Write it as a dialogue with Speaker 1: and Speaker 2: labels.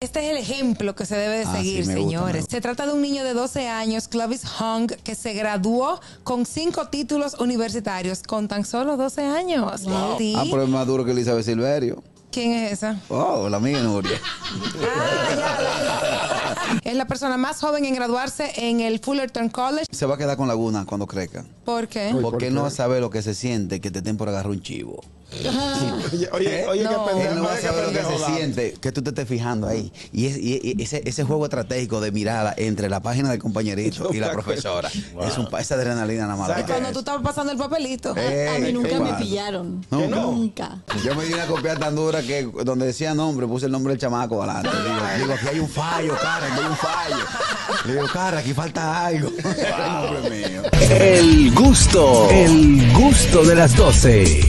Speaker 1: Este es el ejemplo que se debe de
Speaker 2: Ah,
Speaker 1: seguir,
Speaker 2: sí, me gusta,
Speaker 1: señores.
Speaker 2: me gusta.
Speaker 1: se trata de un niño de 12 años, Clovis Hong, que se graduó con cinco títulos universitarios con tan solo 12 años. Sí.
Speaker 2: Ah, pero es más duro que Elizabeth Silverio.
Speaker 1: ¿Quién es esa?
Speaker 2: Oh, la amiga Nuria.
Speaker 1: Es la persona más joven en graduarse en el Fullerton College.
Speaker 2: Se va a quedar con Laguna cuando crezca.
Speaker 1: ¿Por qué?
Speaker 3: Uy,
Speaker 2: Porque
Speaker 3: ¿por
Speaker 2: él no
Speaker 3: qué?
Speaker 2: va a saber lo que se siente que te estén por agarrar un chivo.
Speaker 3: Oye, oye, oye,
Speaker 1: Pues No.
Speaker 3: qué pendejo.
Speaker 2: Él no va a
Speaker 3: oye, qué
Speaker 2: saber lo que se
Speaker 3: pendejo, Lalo.
Speaker 2: siente que tú te estés fijando ahí. Y, es- y- y ese, ese juego estratégico de mirada entre la página del compañerito y la profesora. Es un, pa- esa adrenalina nada más.
Speaker 3: ¿Sabes qué?
Speaker 1: Cuando tú estabas pasando el papelito.
Speaker 2: Ey,
Speaker 4: a mí nunca me
Speaker 2: cuando-
Speaker 4: pillaron.
Speaker 2: ¿Nunca?
Speaker 4: Nunca.
Speaker 2: Yo me di una copia tan dura que donde decía nombre, puse el nombre del chamaco adelante. Digo, digo, aquí hay un fallo, cara, aquí hay un fallo. Le digo, cara, aquí falta algo. El nombre mío.
Speaker 5: El gusto, el gusto de las 12.